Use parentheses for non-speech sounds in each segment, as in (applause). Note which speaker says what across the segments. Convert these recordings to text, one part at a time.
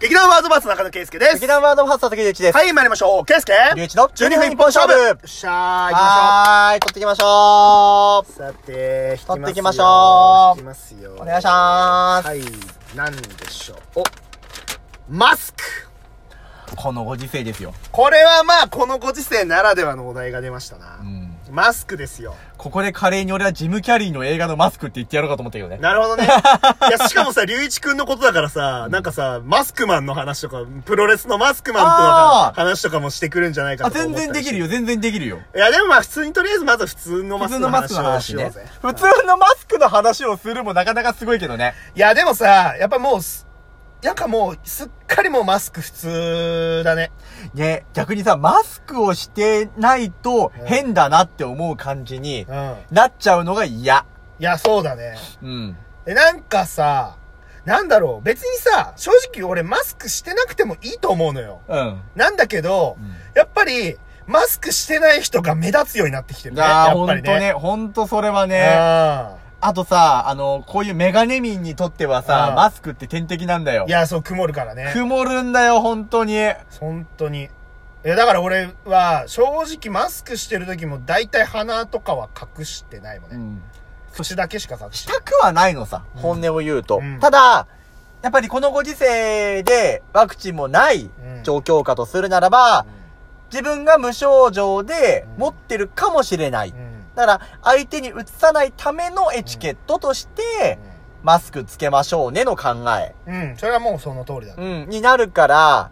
Speaker 1: 劇団ワードバーツ中野圭介です。
Speaker 2: 劇団ワードファースト、竹内です。
Speaker 1: はい、参りましょう。圭介
Speaker 2: 龍一の
Speaker 1: 12分一本勝負
Speaker 2: よ
Speaker 1: よっしゃー、行きましょう。
Speaker 2: はーい、取っていきましょう。
Speaker 1: さて、
Speaker 2: 取っていきまし
Speaker 1: 引
Speaker 2: ょう
Speaker 1: きますよ。
Speaker 2: お願いしま
Speaker 1: は
Speaker 2: す。
Speaker 1: い、なんでしょう。お、マスク
Speaker 2: このご時世ですよ。
Speaker 1: これはまあ、このご時世ならではのお題が出ましたな。
Speaker 2: うん。
Speaker 1: マスクですよ。
Speaker 2: ここで華麗に俺はジム・キャリーの映画のマスクって言ってやろうかと思ったけどね。
Speaker 1: なるほ
Speaker 2: (laughs)
Speaker 1: どね。いや、しかもさ、龍一くんのことだからさ、なんかさ、マスクマンの話とか、プロレスのマスクマンとか
Speaker 2: あー
Speaker 1: 話とかもしてくるんじゃないか
Speaker 2: あ、
Speaker 1: とか思
Speaker 2: 全
Speaker 1: ったり
Speaker 2: 然できる
Speaker 1: よ。
Speaker 2: よ、全然できるよ。
Speaker 1: いや、でもまあ、普通にとりあえずまず普通のマ
Speaker 2: 普
Speaker 1: スク
Speaker 2: 通
Speaker 1: の
Speaker 2: のマス
Speaker 1: 話
Speaker 2: クの
Speaker 1: を
Speaker 2: 話
Speaker 1: しよ
Speaker 2: ね
Speaker 1: うぜ。。
Speaker 2: 普通のマスクの話をするもなかなかすごいけどね。
Speaker 1: いや、でもさ、やっぱもうす、なんかもう、すっかりもうマスク普通だね。
Speaker 2: ね、逆にさ、マスクをしてないと
Speaker 1: うん
Speaker 2: 変だなって思う感じに
Speaker 1: うん。
Speaker 2: なっちゃうのが嫌。
Speaker 1: いや、そうだね。
Speaker 2: うん。
Speaker 1: え、なんかさ、なんだろう、別にさ、正直俺マスクしてなくてもいいと思うのよ。
Speaker 2: うん。
Speaker 1: なんだけど、やっぱり、マスクしてない人が目立つようになってきてるね。
Speaker 2: ああ、
Speaker 1: やっ
Speaker 2: ほ
Speaker 1: ぱり
Speaker 2: んとね、ほんとそれはね。
Speaker 1: あ
Speaker 2: あとさ、あの、こういうメガネ民にとっては
Speaker 1: う
Speaker 2: さ
Speaker 1: ん、
Speaker 2: マスクって天敵なんだよ
Speaker 1: あ。い。や、そう、曇るからね。
Speaker 2: 曇るんだよ、ほんとに。
Speaker 1: 本当に。いや、だから俺は、正直マスクしてる時も、大体鼻とかは隠してないもん
Speaker 2: う
Speaker 1: ね。
Speaker 2: ん。
Speaker 1: 口だけしか隠し
Speaker 2: してたくはないのさ、本音を言うと
Speaker 1: うん。
Speaker 2: ただ、やっぱりこのご時世でワクチンもない
Speaker 1: うん
Speaker 2: 状況下とするならば、自分が無症状で
Speaker 1: うん
Speaker 2: 持ってるかもしれない
Speaker 1: うん。。うん
Speaker 2: だから、相手に移さないためのエチケットとして、マスクつけましょうねの考え、
Speaker 1: うん。うんそれはもうその通りだ。
Speaker 2: うん、になるから、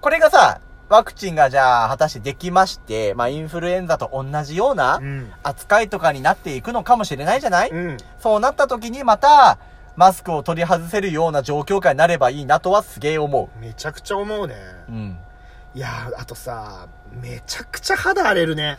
Speaker 2: これがさ、ワクチンがじゃあ、果たしてできまして、まあ、インフルエンザと同じような
Speaker 1: うん。
Speaker 2: 扱いとかになっていくのかもしれないじゃない、
Speaker 1: うん。
Speaker 2: そうなった時にまた、マスクを取り外せるような状況下になればいいなとはすげえ思
Speaker 1: めちゃくちゃ思うね。
Speaker 2: う。うん。
Speaker 1: いやー、あとさ、めちゃくちゃ肌荒れるね。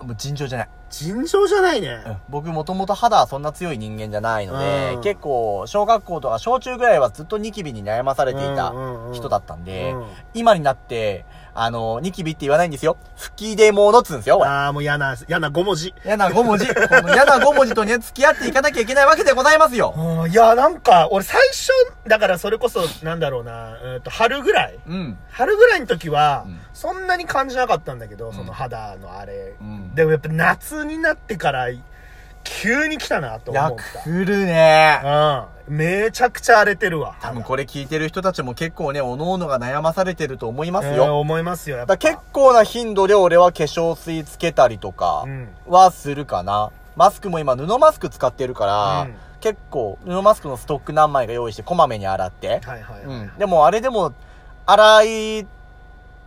Speaker 2: もう尋常じゃない。
Speaker 1: 尋常じゃないね。
Speaker 2: うん僕もともと肌はそんな強い人間じゃないので、
Speaker 1: うん
Speaker 2: 結構、小学校とか小中ぐらいはずっとニキビに悩まされていた人だ
Speaker 1: っ
Speaker 2: ったん
Speaker 1: た
Speaker 2: で、今になって、あの、ニキビって言わないんですよ。吹き出物っつうんですよ、俺。
Speaker 1: ああ、もう嫌な、嫌な5文字。
Speaker 2: 嫌な5文字。こ
Speaker 1: (laughs)
Speaker 2: の嫌な5文字とね、付き合っていかなきゃいけないわけでございますよ。
Speaker 1: うんいや、なんか、俺最初、だからそれこそ、なんだろうな、えーと、春ぐらい
Speaker 2: うん。
Speaker 1: 春ぐらいの時は、
Speaker 2: うん
Speaker 1: そんなに感じなかったんだけど、
Speaker 2: ん
Speaker 1: その肌のあれ
Speaker 2: う。ん。
Speaker 1: でもやっぱ夏になってから、急に来たなと
Speaker 2: い
Speaker 1: 思
Speaker 2: や、
Speaker 1: った。
Speaker 2: 来るね。
Speaker 1: うん。めちゃくちゃ荒れてるわ。
Speaker 2: 多分こ
Speaker 1: れ
Speaker 2: れ聞いてる人たちも結構ね、おのおのが悩まされてると思います
Speaker 1: えー
Speaker 2: よ。
Speaker 1: 思いますよ、やっぱ。
Speaker 2: だから結構な頻度で俺は化粧水つけたりとか
Speaker 1: うん。
Speaker 2: はするかな。マスクも今布マスク使ってるから、
Speaker 1: うん
Speaker 2: 結構布マスクのストック何枚か用意してこまめに洗って、
Speaker 1: はいはい、
Speaker 2: う
Speaker 1: はい
Speaker 2: ん。でもあれでも、洗い、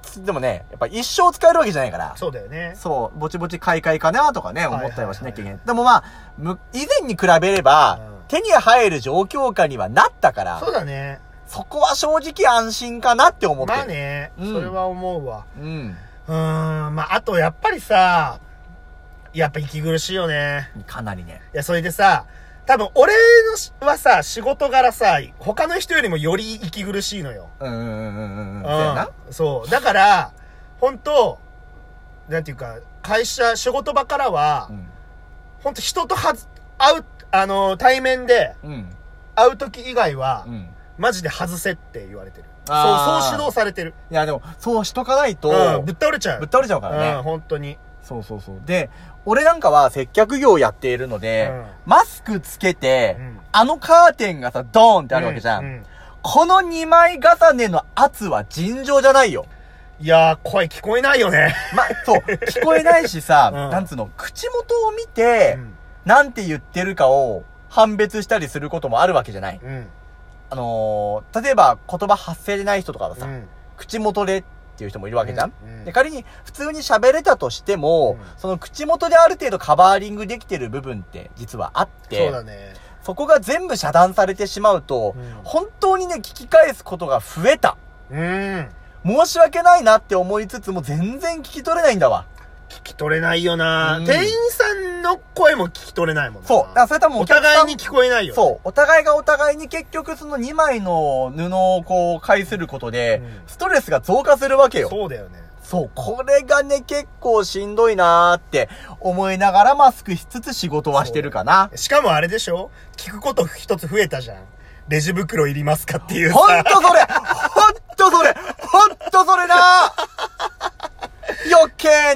Speaker 2: つでもね、やっぱ一生使えるわけじゃないから。
Speaker 1: そうだよね。
Speaker 2: そう、ぼちぼち買い替えかなとかね、
Speaker 1: はいはい
Speaker 2: 思ったりはしなきゃいけない。でもまあ、む以前に比べれば、
Speaker 1: うん
Speaker 2: 手に入る状況下にはなったから、
Speaker 1: そうだね。
Speaker 2: そこは正直安心かなって思ってる。
Speaker 1: まあね、
Speaker 2: うん
Speaker 1: それは思うわ。
Speaker 2: うん。
Speaker 1: うーん、まあ、あとやっぱりさ、やっぱ息苦しいよね。
Speaker 2: かなりね。
Speaker 1: いや、それでさ、多分俺のしはさ、仕事柄さ、他の人よりもより息苦しいのよ。
Speaker 2: うんうんうんうんうん。そう
Speaker 1: うん
Speaker 2: やな。
Speaker 1: そう。だから、本当なんていうか、会社、仕事場からは
Speaker 2: う、ん。
Speaker 1: 本当人とはず、会う、あの、対面で
Speaker 2: うん。
Speaker 1: 会う時以外は
Speaker 2: う、ん。
Speaker 1: マジで外せって言われてる。そう、
Speaker 2: あー
Speaker 1: そう指導されてる。
Speaker 2: いやでも、そうしとかないと、
Speaker 1: うん、ぶ
Speaker 2: ぶ
Speaker 1: っ倒れちゃう。
Speaker 2: っ倒れちゃうからね。
Speaker 1: うん、本当に。
Speaker 2: そうそうそう。で、俺なんかは接客業をやっているので、
Speaker 1: うん
Speaker 2: マスクつけて、
Speaker 1: うん
Speaker 2: あのカーテンがさ、ドーンってあるわけじゃん。
Speaker 1: うう
Speaker 2: この2枚重ねの圧は尋常じゃないよ。
Speaker 1: いやー、声聞こえないよね。
Speaker 2: ま、
Speaker 1: (laughs)
Speaker 2: そう、聞こえないしさ、
Speaker 1: うん
Speaker 2: なんつうの、口元を見て、なんて言ってるかを判別したりすることもあるわけじゃない。
Speaker 1: うん。
Speaker 2: あのー、例えば言葉発せれない人とかはさ、
Speaker 1: ん。
Speaker 2: 口元でっていう人もいるわけじゃん、
Speaker 1: うんうん
Speaker 2: で仮に普通に喋れたとしても、
Speaker 1: うん
Speaker 2: その口元である程度カバーリングできてる部分って実はあって
Speaker 1: そうだね。
Speaker 2: そこが全部遮断されてしまうと、
Speaker 1: うん
Speaker 2: 本当にね聞き返すことが増えた
Speaker 1: うん。
Speaker 2: 申し訳ないなって思いつつも全然聞き取れないんだわ
Speaker 1: 聞き取れないよな、
Speaker 2: うん
Speaker 1: 店員さんの声も聞き取れないもんな
Speaker 2: そうだからそれ多分
Speaker 1: お
Speaker 2: 客さん
Speaker 1: 互いに聞こえないよね、
Speaker 2: そうお互いがお互いに結局その2枚の布をこう介することで、
Speaker 1: うん
Speaker 2: ストレスが増加するわけよ
Speaker 1: そうだよね。
Speaker 2: そう、これがね、結構しんどいなーって思いながらマスクしつつ仕事はしてるかな。
Speaker 1: しかもあれでしょ聞くこと一つ増えたじゃん。レジ袋いりますかっていう
Speaker 2: ほん
Speaker 1: さ。
Speaker 2: とそれほん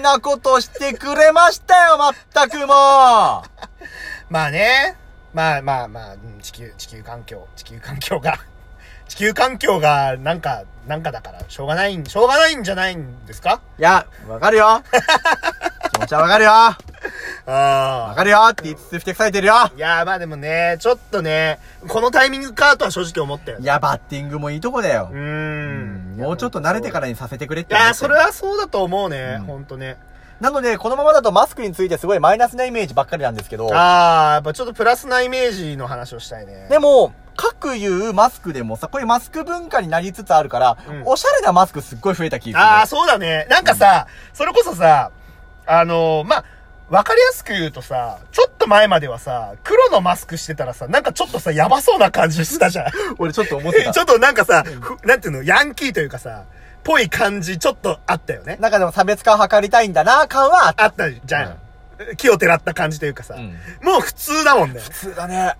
Speaker 2: なことしてくれましたよ、まったくもう
Speaker 1: まあね。まあまあまあ、うん地球、地球環境、地球環境が、 (laughs) 地球環境がなんか、なんかだから、しょうがないん、しょうがないんじゃないんですか
Speaker 2: いや、わか
Speaker 1: (laughs)
Speaker 2: るよ気持ちはわかるよわ
Speaker 1: あ
Speaker 2: かるよって言いつつふてくされてるよ
Speaker 1: あ。いやーまあでもね、ちょっとね、このタイミングかとは正直思ったよ。
Speaker 2: い、や、バッティングもいいとこだよ
Speaker 1: う。ー
Speaker 2: うん
Speaker 1: ん。
Speaker 2: もうちょっと慣れてからにさせてくれっ
Speaker 1: い
Speaker 2: て思ってる。
Speaker 1: やーそれはそうだと思うね、
Speaker 2: うん
Speaker 1: ほんとね。
Speaker 2: なので、このままだとマスクについてすごいマイナスなイメージばっかりなんですけど、
Speaker 1: あー、やっぱちょっとプラスなイメージの話をしたいね。
Speaker 2: でも、各言うマスクでもさ、こういうマスク文化になりつつあるから、
Speaker 1: うん
Speaker 2: おしゃれなマスクすっごい増えた気
Speaker 1: あ
Speaker 2: が
Speaker 1: あ、
Speaker 2: す
Speaker 1: そうだね。なんかさ、それこそさ、あのーまあ、わかりやすく言うとさ、ちょっと前まではさ、黒のマスクしてたらさ、なんかちょっとさ、やばそうな感じしてたじゃん。。
Speaker 2: る。俺ちょっと思って
Speaker 1: (laughs)
Speaker 2: た
Speaker 1: ちょっとなんかさ、ふなんていうの、ヤンキーというかさ、ぽい感じ、ちょっとあったよね。
Speaker 2: なんかでも差別化を図りたいんだな、感はあった。
Speaker 1: あったじゃん。木をてらった感じというかさ、
Speaker 2: うん
Speaker 1: もう普通だもんね。
Speaker 2: 普通だね。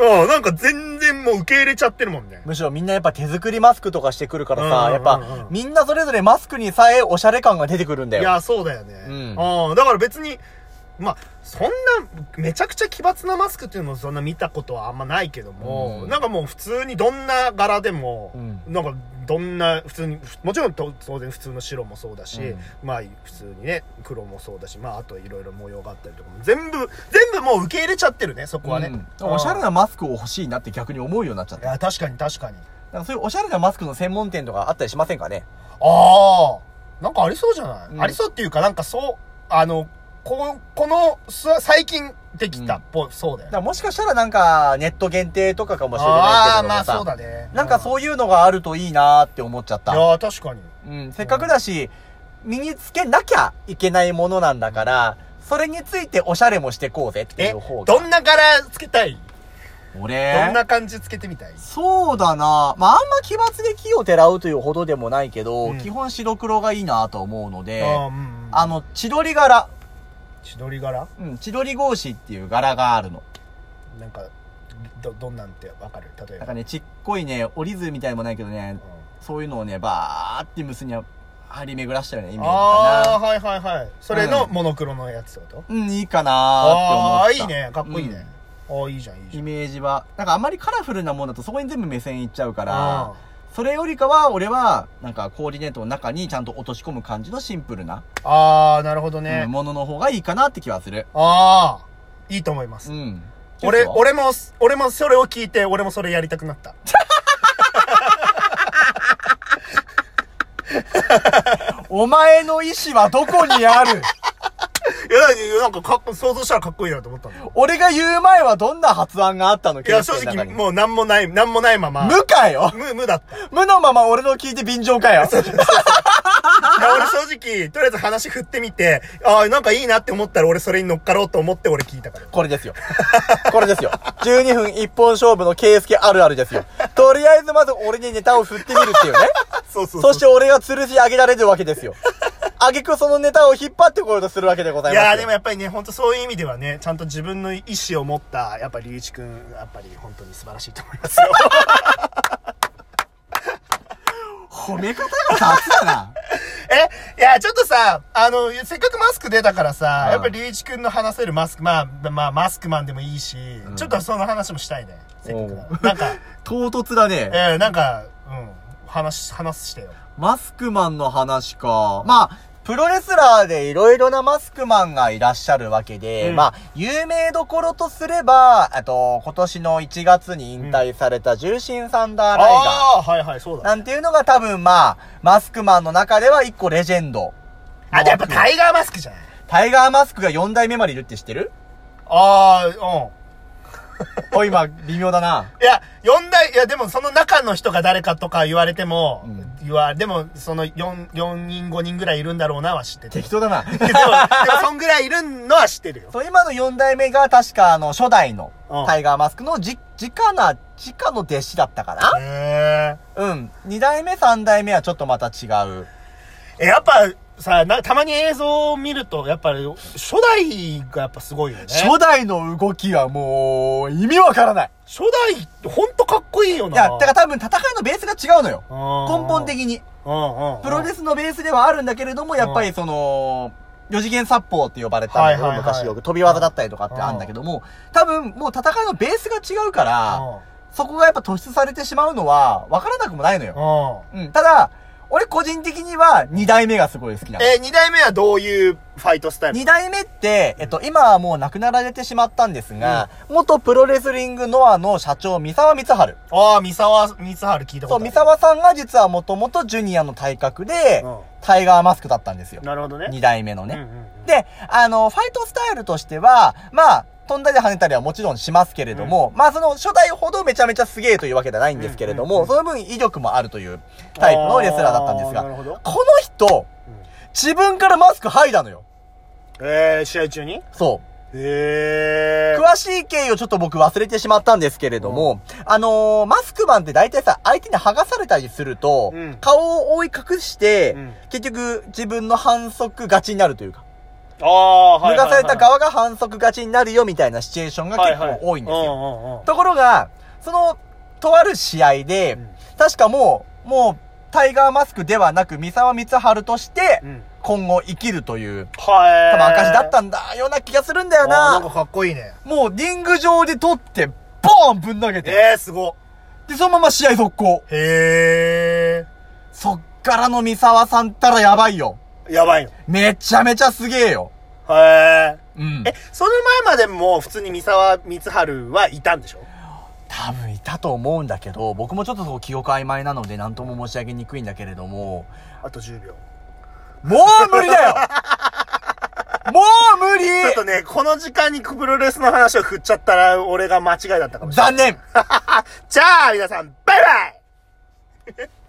Speaker 1: うん、なんか全然もう受け入れちゃってるもんね。
Speaker 2: むしろみんなやっぱ手作りマスクとかしてくるからさ、
Speaker 1: うんうんう
Speaker 2: やっ
Speaker 1: ん
Speaker 2: ぱ
Speaker 1: うん
Speaker 2: みんなそれぞれマスクにさえおしゃれ感が出てくるんだ
Speaker 1: い
Speaker 2: よ。
Speaker 1: や、そうだよね。
Speaker 2: う
Speaker 1: うんん。だから別に、まあ、そんな、めちゃくちゃ奇抜なマスクっていうのもそんな見たことはあんまないけども、
Speaker 2: うん
Speaker 1: なんかもう普通にどんな柄でも、
Speaker 2: うん
Speaker 1: なんかどんな、普通に、ふもちろんと当然普通の白もそうだし、
Speaker 2: うん
Speaker 1: まあ普通にね、黒もそうだし、まああといろいろ模様があったりとかも、全部、全部もう受け入れちゃってるね、そこはね。
Speaker 2: うんおしゃれ
Speaker 1: な。
Speaker 2: なマスクを欲しいなって逆に思うようになっちゃっ
Speaker 1: い
Speaker 2: た。
Speaker 1: や、確かに確かに。
Speaker 2: なんかそういうおしゃれなマスクの専門店とかあったりしませんかね
Speaker 1: ああ、なんかありそうじゃない、
Speaker 2: うん
Speaker 1: ありそうっていうか、なんかそう、あの、ここの、す最近できたっぽい、そうだよ
Speaker 2: だ
Speaker 1: ね。
Speaker 2: からもしかしたらなんかネット限定とかかもしれない
Speaker 1: あ
Speaker 2: け
Speaker 1: あ
Speaker 2: れ
Speaker 1: ー、
Speaker 2: ど
Speaker 1: ま
Speaker 2: も
Speaker 1: あ
Speaker 2: さ、
Speaker 1: そうだね。
Speaker 2: なんか
Speaker 1: う
Speaker 2: そういうのがあるといいなーって思っちゃっ
Speaker 1: んい
Speaker 2: た。
Speaker 1: やー、確かに。
Speaker 2: うん、せっかくだし、身につけなきゃいけないものなんだから、それについておしゃれもしてこうぜってい
Speaker 1: え
Speaker 2: う方、が。
Speaker 1: どんな柄つけたい
Speaker 2: 俺
Speaker 1: どんな感じつけてみたい
Speaker 2: そうだなまああんま奇抜で木をてらうというほどでもないけど、
Speaker 1: うん
Speaker 2: 基本白黒がいいなと思うので、
Speaker 1: あーうんうん
Speaker 2: あの、千鳥柄、
Speaker 1: 千鳥柄
Speaker 2: うん、千鳥格子っていう柄があるの。
Speaker 1: なんか、ど、どんなんてわかる例え
Speaker 2: なん
Speaker 1: ば。
Speaker 2: かね、ちっこいね、折り図みたいのもないけどね、そういうのをね、バーって結に張り巡らしたよね、イメージ
Speaker 1: ああ
Speaker 2: か
Speaker 1: ー、はいはいはい。それの
Speaker 2: うん
Speaker 1: モノクロのやつってこと、
Speaker 2: な。うん、いいかな
Speaker 1: あ
Speaker 2: ー
Speaker 1: あ
Speaker 2: っ
Speaker 1: ー、
Speaker 2: て
Speaker 1: い
Speaker 2: 思
Speaker 1: い
Speaker 2: った。
Speaker 1: ね。かっこいいね。ああ、いいじゃん、いい
Speaker 2: うん。
Speaker 1: じゃ
Speaker 2: イ
Speaker 1: ん。
Speaker 2: メージは。なんかあんまりカラフルなもんだとそこに全部目線いっちゃうから
Speaker 1: あ、
Speaker 2: それよりかは俺は、なんかコーディネートの中にちゃんと落とし込む感じのシンプルな、
Speaker 1: ーあー、なるほどね。
Speaker 2: うんものの方がいいかなって気はする。
Speaker 1: ああ、いいと思います
Speaker 2: う。ん。
Speaker 1: 俺、俺も、俺もそれを聞いて、俺もそれやりたくなった。
Speaker 2: お前の意志はどこにある (laughs)
Speaker 1: いや、いやなんかかっこ、想像したらかっこいいなと思ったんだよ。
Speaker 2: 俺が言う前はどんな発案があったの
Speaker 1: いや、正直、
Speaker 2: う。
Speaker 1: もうなんもない、なんもないまま。
Speaker 2: 無かよ
Speaker 1: 無、無だった。い
Speaker 2: 無のまま俺の聞いて便乗かよ
Speaker 1: や、俺正直、とりあえず話振ってみて、ああ、なんかいいなって思ったら俺それに乗っかろうと思って俺聞いたから。
Speaker 2: (laughs) これですよ。これですよ。12分一本勝負の圭介あるあるですよ。とりあえずまず俺にネタを振ってみるっていうね。
Speaker 1: (laughs) そうそう
Speaker 2: そして俺が吊るし上げられるわけですよ。あげくそのネタを引っ張ってこようとするわけでござい
Speaker 1: い
Speaker 2: ますよ。
Speaker 1: やでもやっぱりね、本当そういう意味ではね、ちゃんと自分の意思を持った、やっぱり隆一くん、やっぱり本当に素晴らしいと思いますよ。
Speaker 2: 褒め方が雑だな。
Speaker 1: えいや、ちょっとさ、あの、せっかくマスク出たからさ、
Speaker 2: うん
Speaker 1: やっぱり隆一くんの話せるマスク、まあ、まあ、マスクマンでもいいし、ちょっとその話もしたいね。せっかくな
Speaker 2: お
Speaker 1: ら。なんか、
Speaker 2: 唐突だ (laughs)
Speaker 1: え
Speaker 2: ね。
Speaker 1: ーなんか、うん、話、話してよ。
Speaker 2: マスクマンの話か。まあ、プロレスラーでいろいろなマスクマンがいらっしゃるわけで、
Speaker 1: うん
Speaker 2: まあ、有名どころとすれば、あと、今年の1月に引退された重心サンダーライダー。
Speaker 1: ああー、はいはい、そうだ。
Speaker 2: なんていうのが多分まあ、マスクマンの中では一個レジェンド。
Speaker 1: あ、じゃあやっぱタイガーマスクじゃない
Speaker 2: タイガーマスクが4代目までいるって知っ
Speaker 1: (laughs)
Speaker 2: てる
Speaker 1: ああ、
Speaker 2: お、今、微妙
Speaker 1: (laughs)
Speaker 2: だな。
Speaker 1: うん。いや、四代、いや、でもその中の人が誰かとか言われても、
Speaker 2: うん
Speaker 1: 言わ、でも、その4、四人、5人ぐらいいるんだろうなは知ってて。
Speaker 2: 適当だな。
Speaker 1: でも、でもそんぐらいいるのは知ってるよ。
Speaker 2: そう、今の4代目が確かあの、初代の
Speaker 1: うん
Speaker 2: タイガーマスクのじ、直な、直の弟子だったかな
Speaker 1: へえ。
Speaker 2: うん。2代目、3代目はちょっとまた違う。
Speaker 1: え、やっぱさ、な、たまに映像を見ると、やっぱり、初代がやっぱすごいよね。
Speaker 2: 初代の動きはもう、意味わからない。
Speaker 1: 初代ってほんとかっこいいよ
Speaker 2: い
Speaker 1: な。
Speaker 2: や、だから多分戦いのベースが違うのよ。
Speaker 1: 根
Speaker 2: 根本的に。
Speaker 1: うんうんうん。
Speaker 2: プロレスのベースではあるんだけれども、やっぱりその、四次元殺法って呼ばれた
Speaker 1: はい
Speaker 2: の
Speaker 1: はいは
Speaker 2: よ
Speaker 1: い
Speaker 2: 昔よく。飛び技だったりとかってあるんだけども、多分もう戦いのベースが違うから、そこがやっぱ突出されてしまうのは、わからなくもないのよ。
Speaker 1: うん。
Speaker 2: うん。ただ、俺個人的には二代目がすごい好きなの。
Speaker 1: えー、二代目はどういうファイトスタイル
Speaker 2: 二代目って、えっと、今はもう亡くなられてしまったんですが、元プロレスリングノアの社長、三沢光春。
Speaker 1: ああ、三沢、三沢聞いたこ
Speaker 2: そ
Speaker 1: と
Speaker 2: う、三沢さんが実はもともとジュニアの体格で、
Speaker 1: うん
Speaker 2: タイガーマスクだったんですよ。
Speaker 1: なるほどね。
Speaker 2: 二代目のね。
Speaker 1: うんうんうん
Speaker 2: で、あの、ファイトスタイルとしては、まあ、飛んだり跳ねたりはもちろんしますけれども、まあその初代ほどめちゃめちゃすげえというわけじゃないんですけれど
Speaker 1: う
Speaker 2: も、
Speaker 1: んうん
Speaker 2: その分威力もあるというタイプのレスラーだったんです
Speaker 1: あーなる
Speaker 2: が、
Speaker 1: ほど。
Speaker 2: この人、
Speaker 1: うん
Speaker 2: 自分からマスク剥いだのよ。
Speaker 1: えー、試合中に
Speaker 2: そう。
Speaker 1: えー。
Speaker 2: 詳しい経緯をちょっと僕忘れてしまったんですけれども、あのーマスクマンって大体さ、相手に剥がされたりすると、
Speaker 1: うん
Speaker 2: 顔を覆い隠して、
Speaker 1: うん
Speaker 2: 結局自分の反則勝ちになるというか、
Speaker 1: ああ、は
Speaker 2: 脱
Speaker 1: いはいはい。
Speaker 2: がされた側が反則勝ちになるよみたいなシチュエーションが結構多いんですよ。
Speaker 1: よ。
Speaker 2: ところが、その、とある試合で、
Speaker 1: うん
Speaker 2: 確かもう、もう、タイガーマスクではなく、三沢光春として
Speaker 1: うんうんうんうん。、
Speaker 2: 今後生きるという、
Speaker 1: はい。
Speaker 2: 多分証だったんだような気がするんだよ
Speaker 1: あーなん
Speaker 2: な。
Speaker 1: かかっこいいね。
Speaker 2: もう、リング上で取って、ボーンぶん投げて、
Speaker 1: えー、すご。
Speaker 2: で、そのまま試合続行。
Speaker 1: へ
Speaker 2: そっからの三沢さんったらやばいよ。
Speaker 1: ー。やばいの。
Speaker 2: めちゃめちゃすげえよ。
Speaker 1: へー。
Speaker 2: うん。
Speaker 1: え、その前までも普通に三沢光晴はいたんでしょ
Speaker 2: 多分いたと思うんだけど、僕もちょっとそこ記憶曖昧なので何とも申し上げにくいんだけれども、
Speaker 1: あと10秒。
Speaker 2: もう無理
Speaker 1: (laughs)
Speaker 2: だよもう無理
Speaker 1: ちょっとね、この時間にプロレスの話を振っちゃったら、 (laughs) 俺が間違いだったかもしれない。
Speaker 2: 残念
Speaker 1: じゃあ、皆さん、バイバイ